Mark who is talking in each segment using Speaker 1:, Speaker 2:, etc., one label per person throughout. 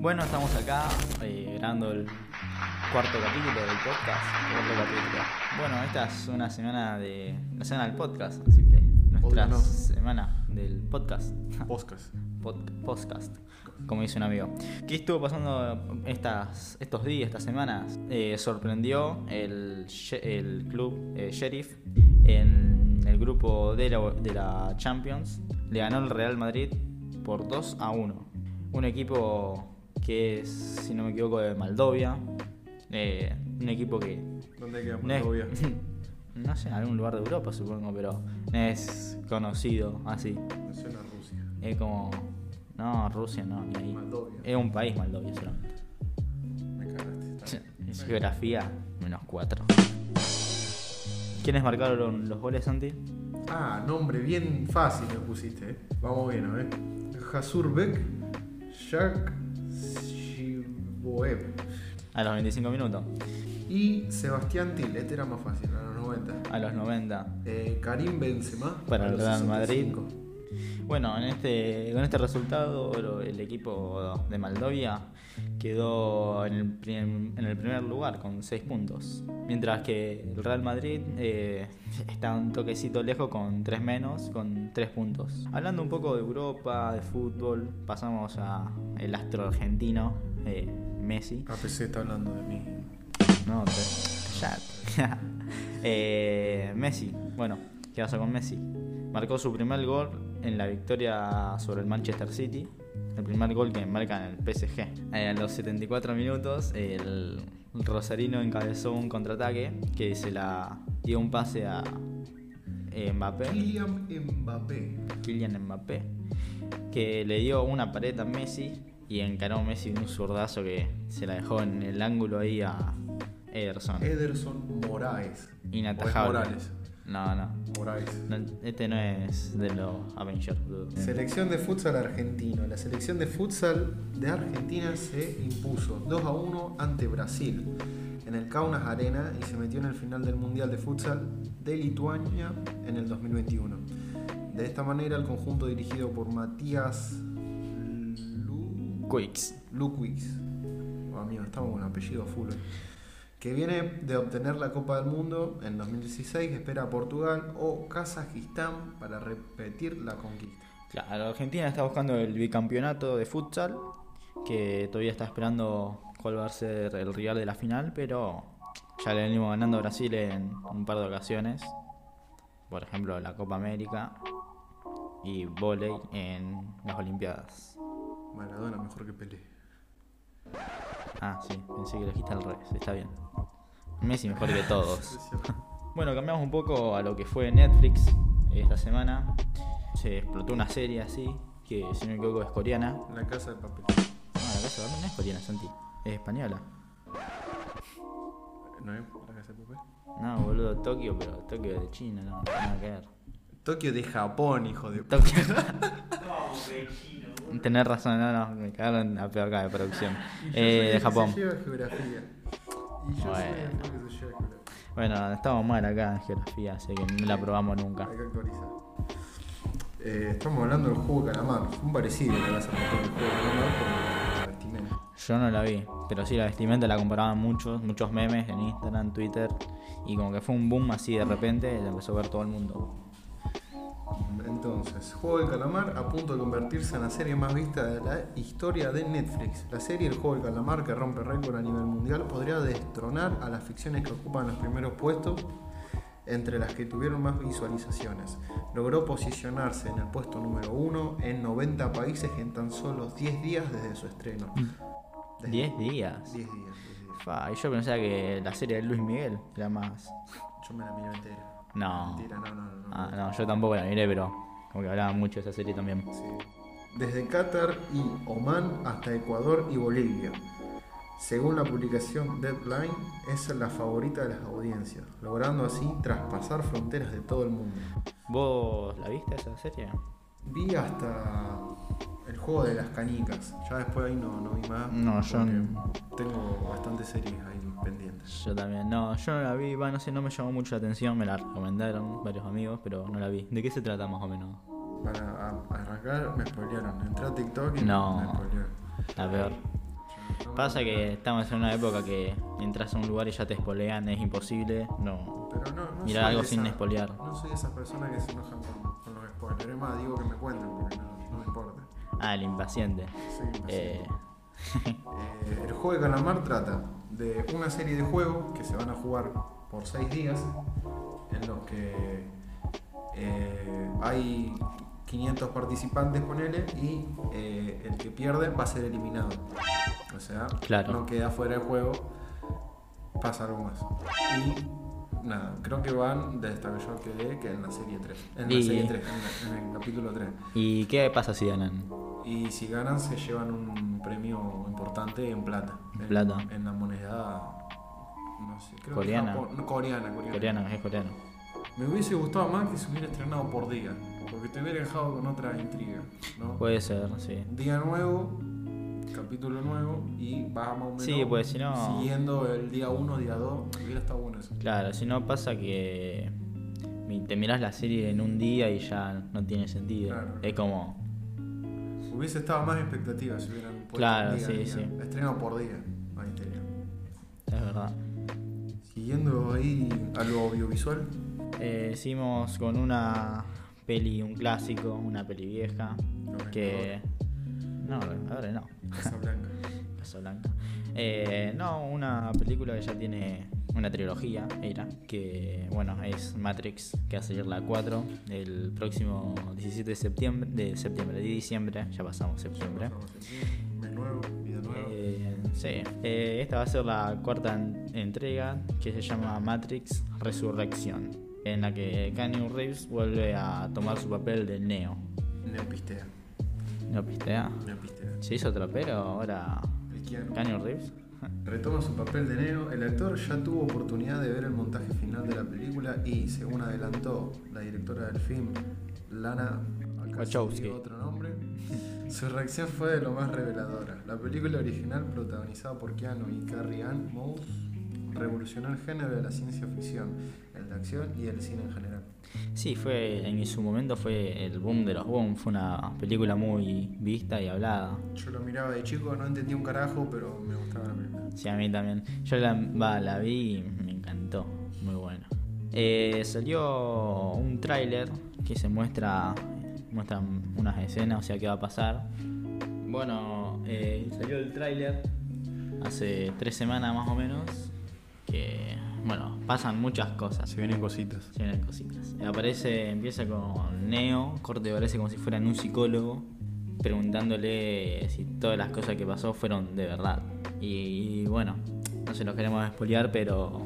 Speaker 1: Bueno, estamos acá eh, grabando el cuarto capítulo del podcast. Cuarto capítulo. Bueno, esta es una semana de la semana del podcast, así que nuestra
Speaker 2: Podcast no.
Speaker 1: semana del podcast.
Speaker 2: Podcast.
Speaker 1: Pod- podcast, como dice un amigo. ¿Qué estuvo pasando estas, estos días, estas semanas? Eh, sorprendió el, she- el club eh, Sheriff en el grupo de la, de la Champions. Le ganó el Real Madrid por 2 a 1. Un equipo que es, si no me equivoco, de Maldovia. Eh, un equipo que
Speaker 2: ¿Dónde queda
Speaker 1: no, es-
Speaker 2: Moldavia?
Speaker 1: no sé, en algún lugar de Europa supongo, pero no es conocido así.
Speaker 2: Me suena a Rusia.
Speaker 1: Es como. No, Rusia no. ni ahí.
Speaker 2: Moldavia.
Speaker 1: Es un país, Moldavia solamente.
Speaker 2: Me cagaste. está bien.
Speaker 1: Es geografía, menos cuatro. ¿Quiénes marcaron los goles, Santi?
Speaker 2: Ah, nombre bien fácil me pusiste. eh. Vamos bien, a ver. Hazurbeck, Jack Shiboev
Speaker 1: A los 25 minutos,
Speaker 2: y Sebastián Til. Este era más fácil, a los 90.
Speaker 1: a los 90.
Speaker 2: Eh, Karim Benzema.
Speaker 1: Para
Speaker 2: a
Speaker 1: el
Speaker 2: los
Speaker 1: Real Madrid.
Speaker 2: 65.
Speaker 1: Bueno, en este, con este resultado, lo- el equipo de Moldavia quedó en el, prim- en el primer lugar con 6 puntos. Mientras que el Real Madrid eh, está un toquecito lejos con 3 menos, con 3 puntos. Hablando un poco de Europa, de fútbol, pasamos a el astro argentino, eh, Messi.
Speaker 2: APC está hablando de mí.
Speaker 1: No, te... callate. Eh, Messi, bueno, ¿qué pasa con Messi? Marcó su primer gol en la victoria sobre el Manchester City. El primer gol que marca en el PSG. Eh, a los 74 minutos, el Rosarino encabezó un contraataque que se la dio un pase a eh, Mbappé,
Speaker 2: Kylian Mbappé.
Speaker 1: Kylian Mbappé, que le dio una pared a Messi y encaró a Messi de un zurdazo que se la dejó en el ángulo ahí a Ederson.
Speaker 2: Ederson Moraes.
Speaker 1: Ah. Inatajable.
Speaker 2: O es Pues Morales.
Speaker 1: No, no,
Speaker 2: Moraes.
Speaker 1: No, Este no es de los Avengers, boludo.
Speaker 2: Selección de futsal argentino. La selección de futsal de Argentina se impuso 2 a 1 ante Brasil en el Kaunas Arena y se metió en el final del Mundial de Futsal de Lituania en el 2021. De esta manera, el conjunto dirigido por Matías Lu-
Speaker 1: Quicks.
Speaker 2: Luquis, oh, amigo, estamos con apellido full, eh. que viene de obtener la Copa del Mundo en 2016, espera a Portugal o Kazajistán para repetir la conquista.
Speaker 1: Claro, Argentina está buscando el bicampeonato de futsal, que todavía está esperando cuál va a ser el rival de la final, pero ya le venimos ganando a Brasil en un par de ocasiones. Por ejemplo, la Copa América y volei en las Olimpiadas.
Speaker 2: Maradona mejor que Pelé.
Speaker 1: Ah, sí, pensé que lo dijiste al revés, está bien. Messi mejor que todos. Bueno, cambiamos un poco a lo que fue Netflix eh, esta semana. Se explotó una serie así, que si no me equivoco es coreana. No,
Speaker 2: La casa de papel.
Speaker 1: la Casa de Papel no es coreana, Santi. Es española.
Speaker 2: ¿No es la casa de papel?
Speaker 1: No, boludo, Tokio, pero Tokio de China, no, nada que ver.
Speaker 2: Tokio de Japón, hijo de puta.
Speaker 1: Tokio. Tenés razón, no, no, me cagaron a peor acá de producción. Eh, de Japón.
Speaker 2: Se lleva geografía. Y yo soy el que se lleva geografía.
Speaker 1: Bueno, estamos mal acá en geografía, así que no la probamos nunca.
Speaker 2: Hay que actualizar. Eh, estamos hablando del juego de calamar. Fue un parecido a la casa de papel. El juego de calamar con la vestimenta.
Speaker 1: Yo no la vi, pero sí la vestimenta la comparaban muchos, muchos memes en Instagram, Twitter, y como que fue un boom así de repente, la empezó a ver todo el mundo.
Speaker 2: Entonces, Juego del Calamar a punto de convertirse en la serie más vista de la historia de Netflix. La serie El Juego del Calamar, que rompe récord a nivel mundial, podría destronar a las ficciones que ocupan los primeros puestos, entre las que tuvieron más visualizaciones. Logró posicionarse en el puesto número uno en 90 países en tan solo 10 días desde su estreno. Desde-
Speaker 1: 10 días.
Speaker 2: 10 días, 10 días.
Speaker 1: Fa, y yo pensaba que la serie de Luis Miguel era más.
Speaker 2: Yo me la miro entera.
Speaker 1: No.
Speaker 2: Mentira, no, no, no. no.
Speaker 1: Oh. Ah, no, yo tampoco la miré, pero como que hablaban mucho de esa serie también.
Speaker 2: Sí. Desde Qatar y Oman hasta Ecuador y Bolivia. Según la publicación Deadline, es la favorita de las audiencias, logrando así traspasar fronteras de todo el mundo.
Speaker 1: ¿Vos la viste esa serie?
Speaker 2: Vi hasta el juego de las canicas, ya después ahí no, no vi más.
Speaker 1: No, yo
Speaker 2: porque
Speaker 1: no.
Speaker 2: Tengo bastantes series ahí pendientes.
Speaker 1: Yo también, no, yo no la vi, va, no sé, no me llamó mucho la atención, me la recomendaron varios amigos, pero no la vi. ¿De qué se trata más o menos?
Speaker 2: Para a- arrancar, me spoilearon. Entré a TikTok y
Speaker 1: No.
Speaker 2: me spoilearon.
Speaker 1: La peor. Pasa que estamos en una época que entras a un lugar y ya te espolean, es imposible. No.
Speaker 2: Pero no, no
Speaker 1: Mirá
Speaker 2: soy
Speaker 1: algo
Speaker 2: esa-
Speaker 1: sin spoilear.
Speaker 2: No soy esas personas que se enojan con, con los spoilers. Es más, digo que me cuenten porque no, no me importa.
Speaker 1: Ah, el impaciente.
Speaker 2: Sí, me
Speaker 1: Eh,
Speaker 2: siento. Eh, el juego de calamar trata de una serie de juegos que se van a jugar por seis días, en los que eh, hay 500 participantes, ponele, y eh, el que pierde va a ser eliminado. O sea,
Speaker 1: Claro.
Speaker 2: no queda fuera de juego, pasa algo más. Y nada, creo que van desde hasta que yo quedé, que en la serie 3. En la
Speaker 1: Y-
Speaker 2: serie 3, en, la- en el capítulo 3.
Speaker 1: ¿Y qué pasa si ganan?
Speaker 2: Y si ganan se llevan un premio importante en plata. En
Speaker 1: Plata.
Speaker 2: En la moneda... No sé, creo
Speaker 1: Coreana.
Speaker 2: Que Japón- no, coreana, coreana.
Speaker 1: Coreano, es coreano.
Speaker 2: Me hubiese gustado más que se hubiera estrenado por día. Porque te hubiera dejado con otra intriga. ¿no?
Speaker 1: Puede ser, sí.
Speaker 2: Día nuevo, capítulo nuevo y vas más o menos...
Speaker 1: Sí, pues si no.
Speaker 2: Siguiendo el día 1, día 2. Hubiera estado bueno eso.
Speaker 1: Claro, si no pasa que mi- te miras la serie en un día y ya no tiene sentido.
Speaker 2: Claro.
Speaker 1: Es como,
Speaker 2: Hubiese estado más expectativa si hubieran puesto
Speaker 1: Claro,
Speaker 2: día a
Speaker 1: sí,
Speaker 2: día.
Speaker 1: sí.
Speaker 2: Estreno por día. Ahí tenía.
Speaker 1: es verdad.
Speaker 2: Siguiendo ahí a lo audiovisual.
Speaker 1: Eh, hicimos con una peli, un clásico, una peli vieja,
Speaker 2: Los
Speaker 1: que... No, ahora no,
Speaker 2: Casablanca.
Speaker 1: Casablanca. Eh, no, una película que ya tiene una trilogía, era, que bueno, es Matrix, que va a salir la 4 el próximo 17 de septiembre, de septiembre, de diciembre, ya pasamos septiembre.
Speaker 2: De nuevo, y de nuevo.
Speaker 1: Eh, sí, Eh, esta va a ser la cuarta en- entrega que se llama Matrix Resurrección, en la que Keanu Reeves vuelve a tomar su papel de Neo.
Speaker 2: Neopistea.
Speaker 1: ¿No pistea?
Speaker 2: Neopistea.
Speaker 1: Se hizo tropero ahora
Speaker 2: El Keanu.
Speaker 1: Keanu Reeves.
Speaker 2: Retoma su papel de Neo. El actor ya tuvo oportunidad de ver el montaje final de la película y, según adelantó la directora del film, Lana acá
Speaker 1: Wachowski.
Speaker 2: se dio otro nombre, su reacción fue de lo más reveladora. La película original, protagonizada por Keanu y Carrie Ann Moss, revolucionó el género de la ciencia ficción, el de acción y el cine en general.
Speaker 1: Sí, fue en su momento fue el boom de los boom, fue una película muy vista y hablada.
Speaker 2: Yo lo miraba de chico, no entendía un carajo, pero me gustaba la película.
Speaker 1: Sí, a mí también. Yo la, va, la vi y me encantó. Muy buena. Eh, salió un tráiler que se muestra muestran unas escenas, o sea, qué va a pasar. Bueno, eh, salió el tráiler hace tres semanas más o menos. Que, bueno, pasan muchas cosas.
Speaker 2: Se vienen cositas.
Speaker 1: Se vienen cositas. Aparece, empieza con Neo, corte parece como si fueran un psicólogo, preguntándole si todas las cosas que pasó fueron de verdad. Y, bueno, no se los queremos espolear, pero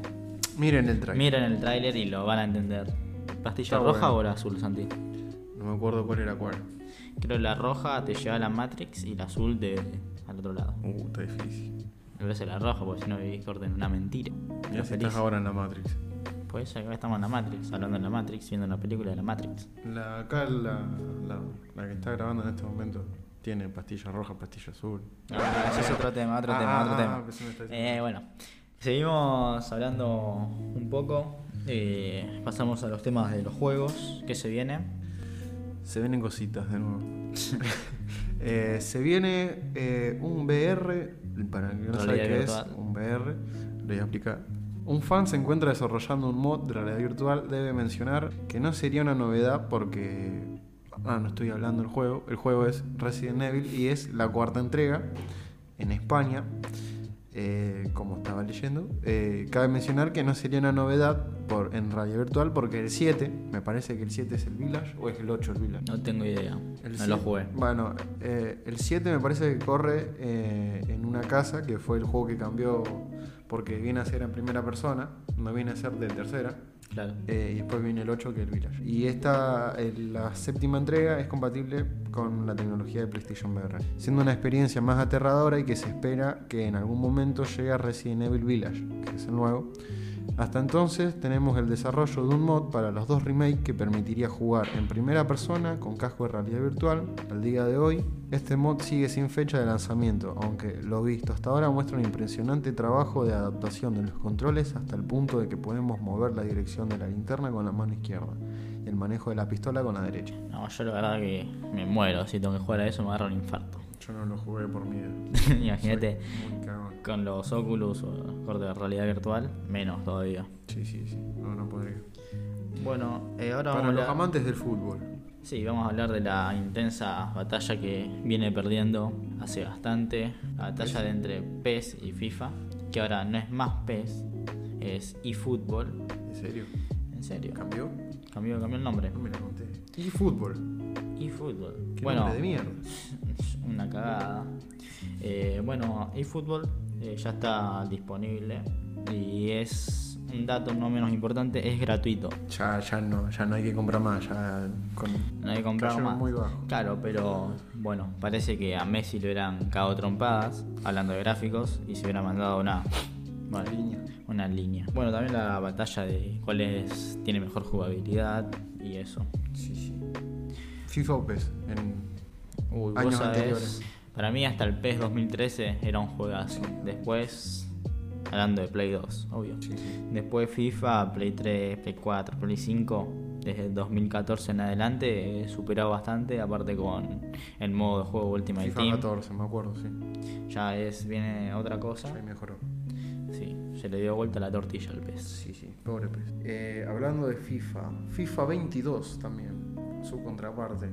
Speaker 2: Miren el trailer.
Speaker 1: miren el tráiler y lo van a entender. ¿Pastilla
Speaker 2: Está
Speaker 1: roja
Speaker 2: bueno.
Speaker 1: o la azul, Santi?
Speaker 2: No me acuerdo cuál era cuál.
Speaker 1: Creo que la roja te lleva a la Matrix y la azul de, al otro lado.
Speaker 2: Uh, está difícil.
Speaker 1: Me parece la roja, porque si no vivís corte en una mentira.
Speaker 2: Mira
Speaker 1: Pero
Speaker 2: si estás
Speaker 1: feliz.
Speaker 2: ahora en la Matrix.
Speaker 1: Pues acá estamos en la Matrix, hablando de la Matrix, viendo una película de la Matrix.
Speaker 2: La, acá la, la, la que está grabando en este momento tiene pastilla roja, pastilla azul.
Speaker 1: Ah, ese es otro tema, otro
Speaker 2: Ah,
Speaker 1: tema,
Speaker 2: ah,
Speaker 1: otro
Speaker 2: ah,
Speaker 1: tema.
Speaker 2: pensé que me estaba
Speaker 1: Eh, bueno, seguimos hablando un poco. eh, pasamos a los temas de los juegos que se viene.
Speaker 2: Se vienen cositas de nuevo. Eh, se viene eh, un VR, para el que no
Speaker 1: Realidad
Speaker 2: sabe qué es,
Speaker 1: virtual.
Speaker 2: un VR, lo voy a explicar. Un fan se encuentra desarrollando un mod de realidad virtual, debe mencionar que no sería una novedad porque... Ah, no estoy hablando del juego, el juego es Resident Evil y es la cuarta entrega en España, eh, como estaba leyendo. Eh, cabe mencionar que no sería una novedad por, en realidad virtual porque el 7, me parece que el 7 es el Village o es el 8 el Village.
Speaker 1: No tengo idea,
Speaker 2: El
Speaker 1: no lo
Speaker 2: siete-
Speaker 1: jugué.
Speaker 2: Bueno, eh, el 7 me parece que corre eh, en una casa, que fue el juego que cambió porque viene a ser en primera persona, no viene a ser de tercera.
Speaker 1: Claro.
Speaker 2: eh, y después viene el 8 que es el Village. Y esta, el- la séptima entrega es compatible con la tecnología de PlayStation VR, siendo una experiencia más aterradora y que se espera que en algún momento llegue a Resident Evil Village, que es el nuevo. Hasta entonces tenemos el desarrollo de un mod para los dos remakes que permitiría jugar en primera persona con casco de realidad virtual. Al día de hoy, este mod sigue sin fecha de lanzamiento, aunque lo visto hasta ahora muestra un impresionante trabajo de adaptación de los controles hasta el punto de que podemos mover la dirección de la linterna con la mano izquierda y el manejo de la pistola con la derecha.
Speaker 1: No, yo la verdad que me muero. Si tengo que jugar a eso, me agarro un infarto.
Speaker 2: Yo Yo no lo jugué por miedo.
Speaker 1: Imagínate
Speaker 2: Soy muy cagón.
Speaker 1: con los Oculus o corte de realidad virtual, menos todavía.
Speaker 2: Sí, sí, sí. No, no podría.
Speaker 1: Bueno, eh, ahora
Speaker 2: Para
Speaker 1: vamos a
Speaker 2: los
Speaker 1: hablar-
Speaker 2: amantes del fútbol.
Speaker 1: Sí, vamos a hablar de la intensa batalla que viene perdiendo hace bastante. La batalla de entre PES y FIFA, que ahora no es más PES, es eFootball.
Speaker 2: ¿En serio?
Speaker 1: En serio,
Speaker 2: ¿Cambió?
Speaker 1: cambió, cambió el nombre.
Speaker 2: No me la conté. ¿Y fútbol?
Speaker 1: eFootball.
Speaker 2: ¿Qué
Speaker 1: Bueno,
Speaker 2: nombre de mierda?
Speaker 1: una cagada. Eh, bueno, eFootball eh, ya está disponible y es un dato no menos importante, es gratuito.
Speaker 2: Ya, ya no, ya no hay que comprar más, ya con...
Speaker 1: No hay que comprar
Speaker 2: Cayeron
Speaker 1: más.
Speaker 2: muy bajo.
Speaker 1: Claro, pero bueno, parece que a Messi le hubieran cagado trompadas, hablando de gráficos, y se hubiera mandado una, bueno,
Speaker 2: Línea.
Speaker 1: una línea. Bueno, también la batalla de cuál es, tiene mejor jugabilidad y eso.
Speaker 2: Sí, sí. FIFA o PES, en...
Speaker 1: Uy, vos
Speaker 2: Años
Speaker 1: sabés,
Speaker 2: anteriores.
Speaker 1: para mí hasta el PES 2013 era un juegazo.
Speaker 2: Sí.
Speaker 1: Después, hablando de Play 2, obvio.
Speaker 2: Sí, sí.
Speaker 1: Después FIFA, Play 3, Play 4, Play 5, desde el 2014 en adelante, he superado bastante, aparte con el modo de juego Ultimate
Speaker 2: FIFA
Speaker 1: Team.
Speaker 2: 14, me acuerdo, sí.
Speaker 1: Ya es, viene otra cosa.
Speaker 2: Ahí mejoró.
Speaker 1: Sí, se le dio vuelta la tortilla al pez.
Speaker 2: Sí, sí, pobre PES. Eh, hablando de FIFA, FIFA 22 también, su contraparte.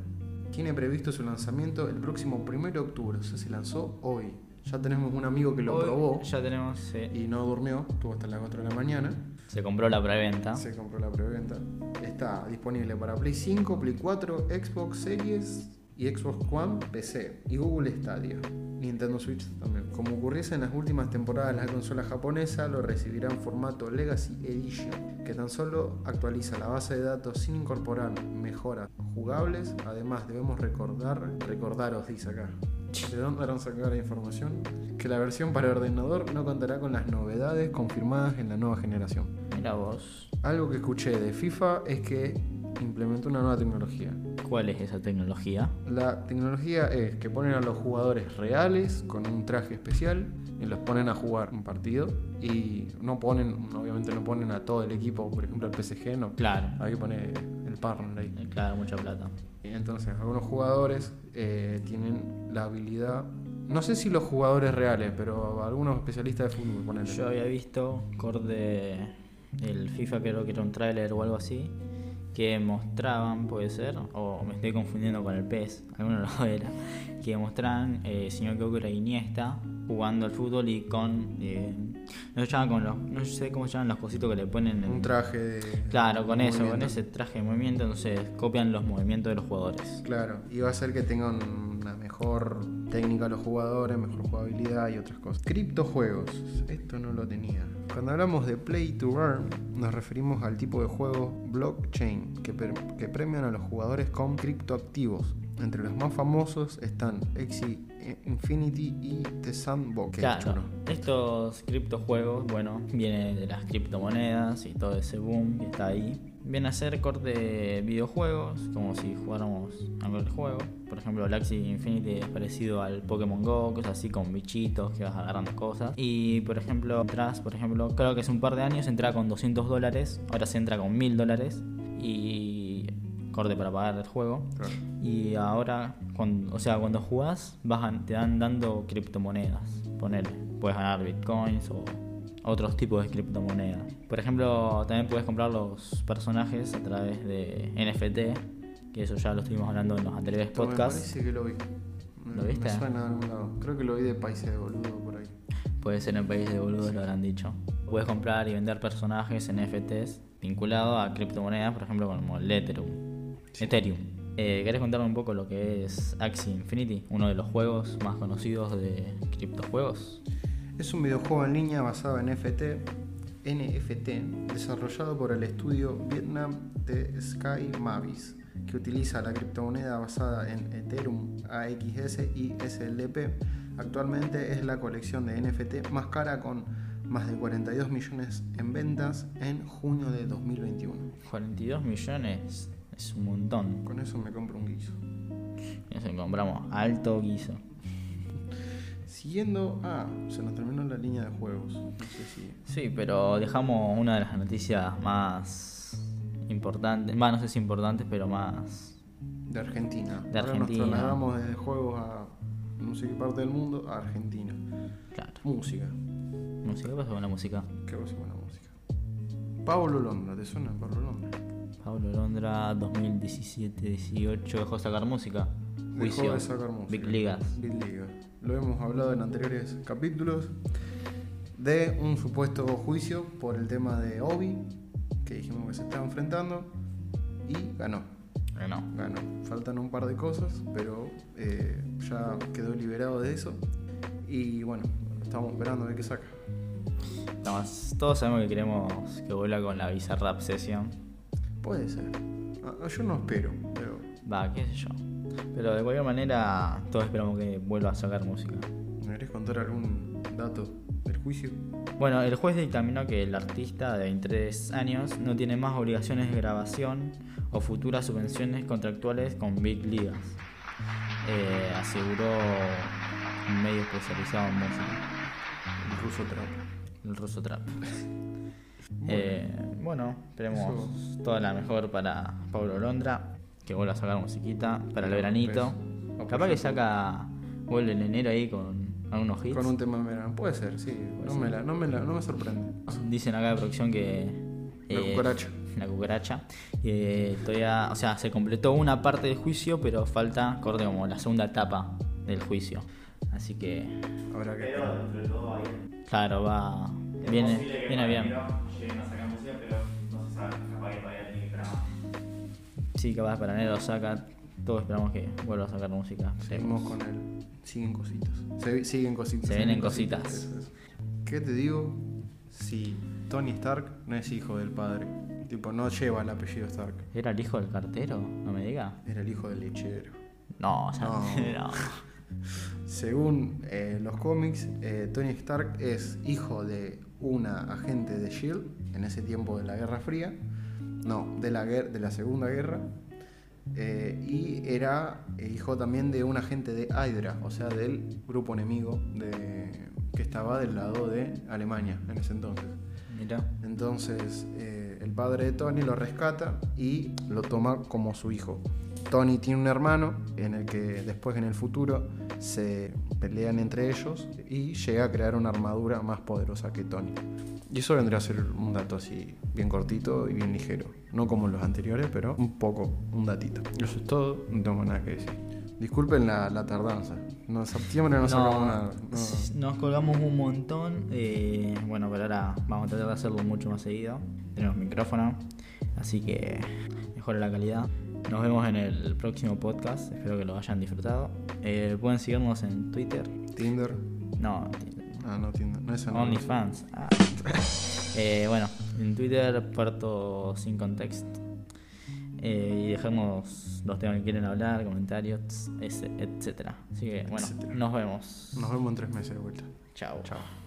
Speaker 2: Tiene previsto su lanzamiento el próximo 1 de octubre, o sea, se lanzó hoy. Ya tenemos un amigo que lo
Speaker 1: Hoy
Speaker 2: probó
Speaker 1: Ya tenemos, se,
Speaker 2: y no durmió, estuvo hasta las 4 de la mañana.
Speaker 1: se compró la preventa.
Speaker 2: Se compró la preventa. Está disponible para Play 5, Play 4, Xbox Series y Xbox One, PC y Google Stadia. Nintendo Switch también. Como ocurriese en las últimas temporadas, la consola japonesa lo recibirá en formato Legacy Edition, que tan solo actualiza la base de datos sin incorporar mejoras jugables. Además, debemos recordar, recordaros, dice acá. ¿De dónde harán sacar la información? Que la versión para ordenador no contará con las novedades confirmadas en la nueva generación.
Speaker 1: Mira vos,
Speaker 2: Algo que escuché de FIFA es que implementó una nueva tecnología.
Speaker 1: ¿cuál es esa tecnología?
Speaker 2: La tecnología es que ponen a los jugadores reales con un traje especial y los ponen a jugar un partido y no ponen, obviamente no ponen a todo el equipo, por ejemplo el PSG, no.
Speaker 1: Claro,
Speaker 2: Hay que poner el partner ahí.
Speaker 1: eh, claro, mucha plata.
Speaker 2: Entonces, algunos jugadores eh, tienen la habilidad, no sé si los jugadores reales, pero algunos especialistas de fútbol ponen.
Speaker 1: Yo había visto corte el FIFA creo que era un tráiler o algo así que mostraban, puede ser, o me estoy confundiendo con el PES, alguno lo era, que mostraban, eh, si no me equivoco, era Iniesta jugando al fútbol y con, eh, no, se llaman con los, no sé cómo se llaman los cositos que le ponen en-
Speaker 2: Un traje de...
Speaker 1: Claro, con eso, con
Speaker 2: movimiento.
Speaker 1: ese traje de movimiento, entonces copian los movimientos de los jugadores.
Speaker 2: Claro, y va a ser que tengan una mejor técnica los jugadores, mejor jugabilidad y otras cosas. Criptojuegos, esto no lo tenía. Cuando hablamos de play to earn, nos referimos al tipo de juego blockchain que, per- que premian a los jugadores con criptoactivos. Entre los más famosos están Axie Infinity y The Sandbox. que es
Speaker 1: Claro,
Speaker 2: chulo.
Speaker 1: estos criptojuegos, bueno, vienen de las criptomonedas y todo ese boom que está ahí. Viene a ser corte de videojuegos, como si jugáramos a cualquier juego. Por ejemplo, Galaxy Infinity es parecido al Pokémon Go, cosas así con bichitos que vas agarrando cosas. Y por ejemplo, entras, por ejemplo, creo que hace un par de años entraba con 200 dólares, ahora se entra con 1000 dólares y corte para pagar el juego.
Speaker 2: Claro.
Speaker 1: Y ahora, cuando, o sea, cuando jugás, vas a- te dan dando criptomonedas. Ponele, puedes ganar bitcoins o otros tipos de criptomonedas. Por ejemplo, también puedes comprar los personajes a través de NFT, que eso ya lo estuvimos hablando en los anteriores
Speaker 2: Esto Me
Speaker 1: podcasts.
Speaker 2: parece que lo vi.
Speaker 1: ¿Lo
Speaker 2: Me-
Speaker 1: viste?
Speaker 2: Me suena de algún lado. Creo que lo vi de países de boludo por ahí.
Speaker 1: Puede ser en país de boludos, lo habrán dicho. Puedes comprar y vender personajes NFTs vinculados a criptomonedas, por ejemplo, como el Ethereum. Ethereum. Eh, ¿Querés contarme un poco lo que es Axie Infinity? Uno de los juegos más conocidos de criptojuegos.
Speaker 2: Es un videojuego en línea basado en FT, NFT, desarrollado por el estudio Vietnam de Sky Mavis, que utiliza la criptomoneda basada en Ethereum, AXS y SLP. Actualmente es la colección de NFT más cara con más de 42 millones en ventas en junio de 2021.
Speaker 1: 42 millones es un montón.
Speaker 2: Con eso me compro un guiso.
Speaker 1: Nos compramos alto guiso.
Speaker 2: Siguiendo, ah, se nos terminó la línea de juegos. No sé si
Speaker 1: Sí, pero dejamos una de las noticias más importantes. Más, no sé si importantes, pero más
Speaker 2: De Argentina.
Speaker 1: De
Speaker 2: Ahora nos
Speaker 1: Argentina.
Speaker 2: trasladamos desde juegos a no sé qué parte del mundo, a Argentina.
Speaker 1: Claro.
Speaker 2: Música.
Speaker 1: Música, ¿qué pasa con la música?
Speaker 2: ¿Qué pasa con la música? Pablo Londra, ¿te suena Pablo Londra?
Speaker 1: Pablo Londra, 2017-18, dejó de sacar música.
Speaker 2: Dejó
Speaker 1: Juicio.
Speaker 2: de sacar música.
Speaker 1: Big Ligas.
Speaker 2: Big Liga. Lo hemos hablado en anteriores capítulos de un supuesto juicio por el tema de Obi, que dijimos que se estaba enfrentando, y ganó.
Speaker 1: Eh, No.
Speaker 2: Ganó. Faltan un par de cosas, pero eh, ya quedó liberado de eso. Y bueno, estamos esperando a ver qué saca.
Speaker 1: Nada más, todos sabemos que queremos que vuelva con la Visa Rap Session.
Speaker 2: Puede ser. Ah, Yo no espero, pero
Speaker 1: Va, qué sé yo. Pero de cualquier manera, todos esperamos que vuelva a sacar música.
Speaker 2: ¿me querés contar algún dato del juicio?
Speaker 1: Bueno, el juez dictaminó que el artista de 23 años no tiene más obligaciones de grabación o futuras subvenciones contractuales con Big Ligas. Eh, aseguró un medio especializado en música,
Speaker 2: El ruso Trump.
Speaker 1: el ruso trap.
Speaker 2: Bueno,
Speaker 1: Eh, bueno, esperemos toda la mejor para Pablo Londra, que vuelva a sacar musiquita para el veranito.
Speaker 2: pues,
Speaker 1: Capaz que saca, vuelve en enero ahí con algunos hits.
Speaker 2: Con un tema en verano. Puede ser, sí. no, Me la, no, me la- no me sorprende.
Speaker 1: Dicen acá de producción que. eh,
Speaker 2: La cucaracha.
Speaker 1: La cucaracha. Eh, todavía, o sea, se completó una parte del juicio, pero falta, corte como la segunda etapa del juicio. Así que,
Speaker 2: Habrá que
Speaker 3: Pero dentro de todo ahí.
Speaker 1: claro, va.
Speaker 3: Es
Speaker 1: Viene,
Speaker 3: posible que
Speaker 1: viene
Speaker 3: para
Speaker 1: bien.
Speaker 3: enero Lleguen a sacar música, pero no se sabe. Capaz que todavía tiene que esperar más.
Speaker 1: Sí, capaz para enero saca. Todos esperamos que vuelva a sacar música.
Speaker 2: seguimos con él. Siguen cositas. Se, vi- siguen cositas.
Speaker 1: Se
Speaker 2: siguen
Speaker 1: vienen cositas.
Speaker 2: Eso, eso. ¿Qué te digo si Tony Stark no es hijo del padre? Tipo, no lleva el apellido Stark.
Speaker 1: ¿Era el hijo del cartero? No me diga.
Speaker 2: Era el hijo del lechero.
Speaker 1: No, o sea,
Speaker 2: No.
Speaker 1: no.
Speaker 2: Según eh, los cómics, eh, Tony Stark es hijo de una agente de Shield E en ese tiempo de la Guerra Fría, no, de la, guer- de la Segunda Guerra, eh, y era eh, hijo también de un agente de Hydra, o sea, del grupo enemigo de- que estaba del lado de Alemania en ese entonces.
Speaker 1: Mira.
Speaker 2: Entonces eh, el padre de Tony lo rescata y lo toma como su hijo. Tony tiene un hermano en el que después en el futuro se pelean entre ellos y llega a crear una armadura más poderosa que Tony. Y eso vendría a ser un dato así bien cortito y bien ligero. No como los anteriores, pero un poco, un datito. Eso es todo, no tengo nada que decir. Disculpen la, la tardanza. No, en septiembre no sacamos nada. No.
Speaker 1: Nos colgamos un montón. eh, bueno, pero ahora vamos a tratar de hacerlo mucho más seguido. Tenemos micrófono, así que mejora la calidad. Nos vemos en el próximo podcast. Espero que lo hayan disfrutado. Eh, pueden seguirnos en Twitter.
Speaker 2: Tinder.
Speaker 1: No, Tinder,
Speaker 2: Ah, no, Tinder. No es
Speaker 1: no. OnlyFans. Ah. Eh, bueno, en Twitter parto sin contexto. Eh, y dejemos los temas que quieren hablar, comentarios, etc. Así que bueno,
Speaker 2: Etcétera.
Speaker 1: nos vemos.
Speaker 2: Nos vemos en tres meses de vuelta.
Speaker 1: Chao.
Speaker 2: Chao.